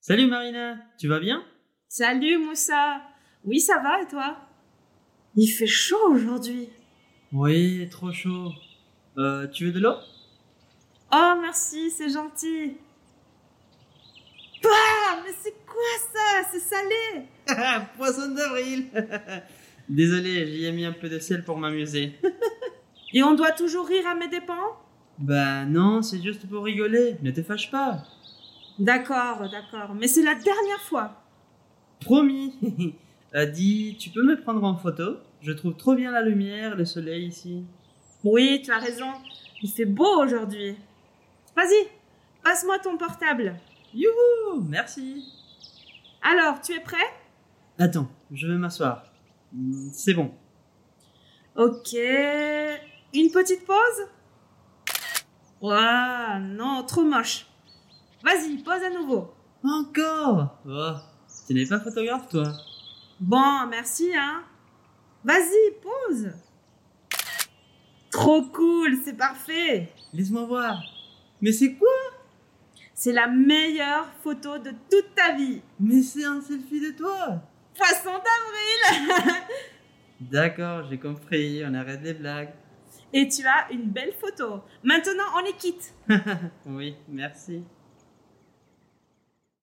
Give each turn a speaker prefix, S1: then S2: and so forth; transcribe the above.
S1: Salut Marina, tu vas bien
S2: Salut Moussa Oui, ça va et toi Il fait chaud aujourd'hui.
S1: Oui, trop chaud. Euh, tu veux de l'eau
S2: Oh, merci, c'est gentil. Bah, mais c'est quoi ça C'est salé
S1: Ah, Poisson d'avril Désolé, j'y ai mis un peu de sel pour m'amuser.
S2: Et on doit toujours rire à mes dépens
S1: bah non, c'est juste pour rigoler, ne te fâche pas.
S2: D'accord, d'accord, mais c'est la dernière fois.
S1: Promis Euh, Dis, tu peux me prendre en photo Je trouve trop bien la lumière, le soleil ici.
S2: Oui, tu as raison. Il fait beau aujourd'hui. Vas-y, passe-moi ton portable.
S1: Youhou Oh, Merci
S2: Alors, tu es prêt
S1: Attends, je vais m'asseoir. Hmm, C'est bon.
S2: Ok. Une petite pause Ouah, non, trop moche. Vas-y, pause à nouveau.
S1: Encore Oh, tu n'es pas photographe toi
S2: Bon, merci, hein. Vas-y, pose. Trop cool, c'est parfait.
S1: Laisse-moi voir. Mais c'est quoi
S2: C'est la meilleure photo de toute ta vie.
S1: Mais c'est un selfie de toi
S2: Poisson d'avril
S1: D'accord, j'ai compris, on arrête les blagues.
S2: Et tu as une belle photo. Maintenant, on est quitte.
S1: Oui, merci.